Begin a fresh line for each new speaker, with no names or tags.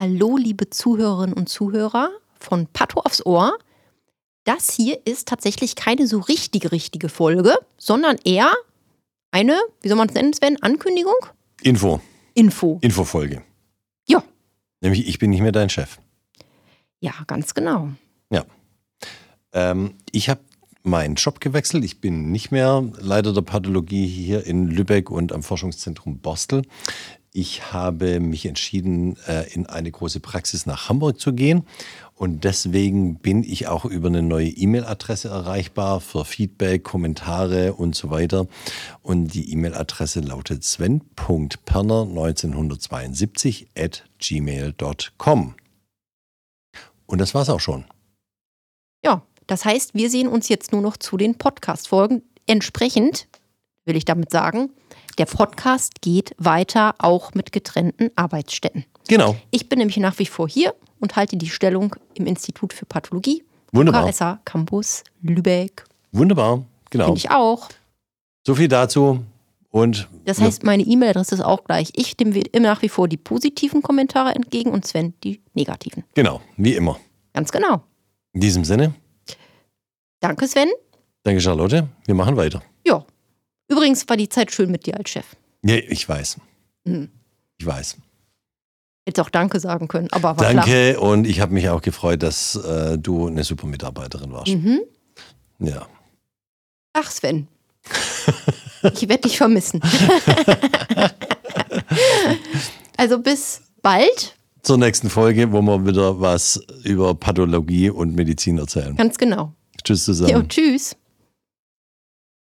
Hallo, liebe Zuhörerinnen und Zuhörer von Pato aufs Ohr. Das hier ist tatsächlich keine so richtige, richtige Folge, sondern eher eine, wie soll man es nennen, Sven, Ankündigung?
Info,
Info.
Infofolge.
Ja.
Nämlich, ich bin nicht mehr dein Chef.
Ja, ganz genau.
Ähm, ich habe meinen Job gewechselt. Ich bin nicht mehr Leiter der Pathologie hier in Lübeck und am Forschungszentrum Borstel. Ich habe mich entschieden, äh, in eine große Praxis nach Hamburg zu gehen. Und deswegen bin ich auch über eine neue E-Mail-Adresse erreichbar für Feedback, Kommentare und so weiter. Und die E-Mail-Adresse lautet sven.perner1972 at gmail.com. Und das war's auch schon.
Ja, das heißt, wir sehen uns jetzt nur noch zu den Podcast-Folgen. Entsprechend will ich damit sagen, der Podcast geht weiter, auch mit getrennten Arbeitsstätten.
Genau.
Ich bin nämlich nach wie vor hier und halte die Stellung im Institut für Pathologie,
Wunderbar.
KSA Campus Lübeck.
Wunderbar. Genau.
Finde ich auch.
So viel dazu. Und
Das heißt, meine E-Mail-Adresse ist auch gleich. Ich nehme immer nach wie vor die positiven Kommentare entgegen und Sven die negativen.
genau, wie immer.
Ganz genau.
In diesem Sinne,
Danke, Sven.
danke Charlotte. Wir machen weiter.
Ja. Übrigens war die Zeit schön mit dir als Chef.
Ja, ich weiß.
Hm.
Ich weiß.
Hätte auch Danke sagen können, aber war klar.
Danke und ich habe mich auch gefreut, dass äh, du eine super Mitarbeiterin warst.
Mhm.
Ja.
Ach, Sven. ich werde dich vermissen. also bis bald.
Zur nächsten Folge, wo wir wieder was über Pathologie und Medizin erzählen.
Ganz genau.
Tschüss zusammen.
Ja, tschüss.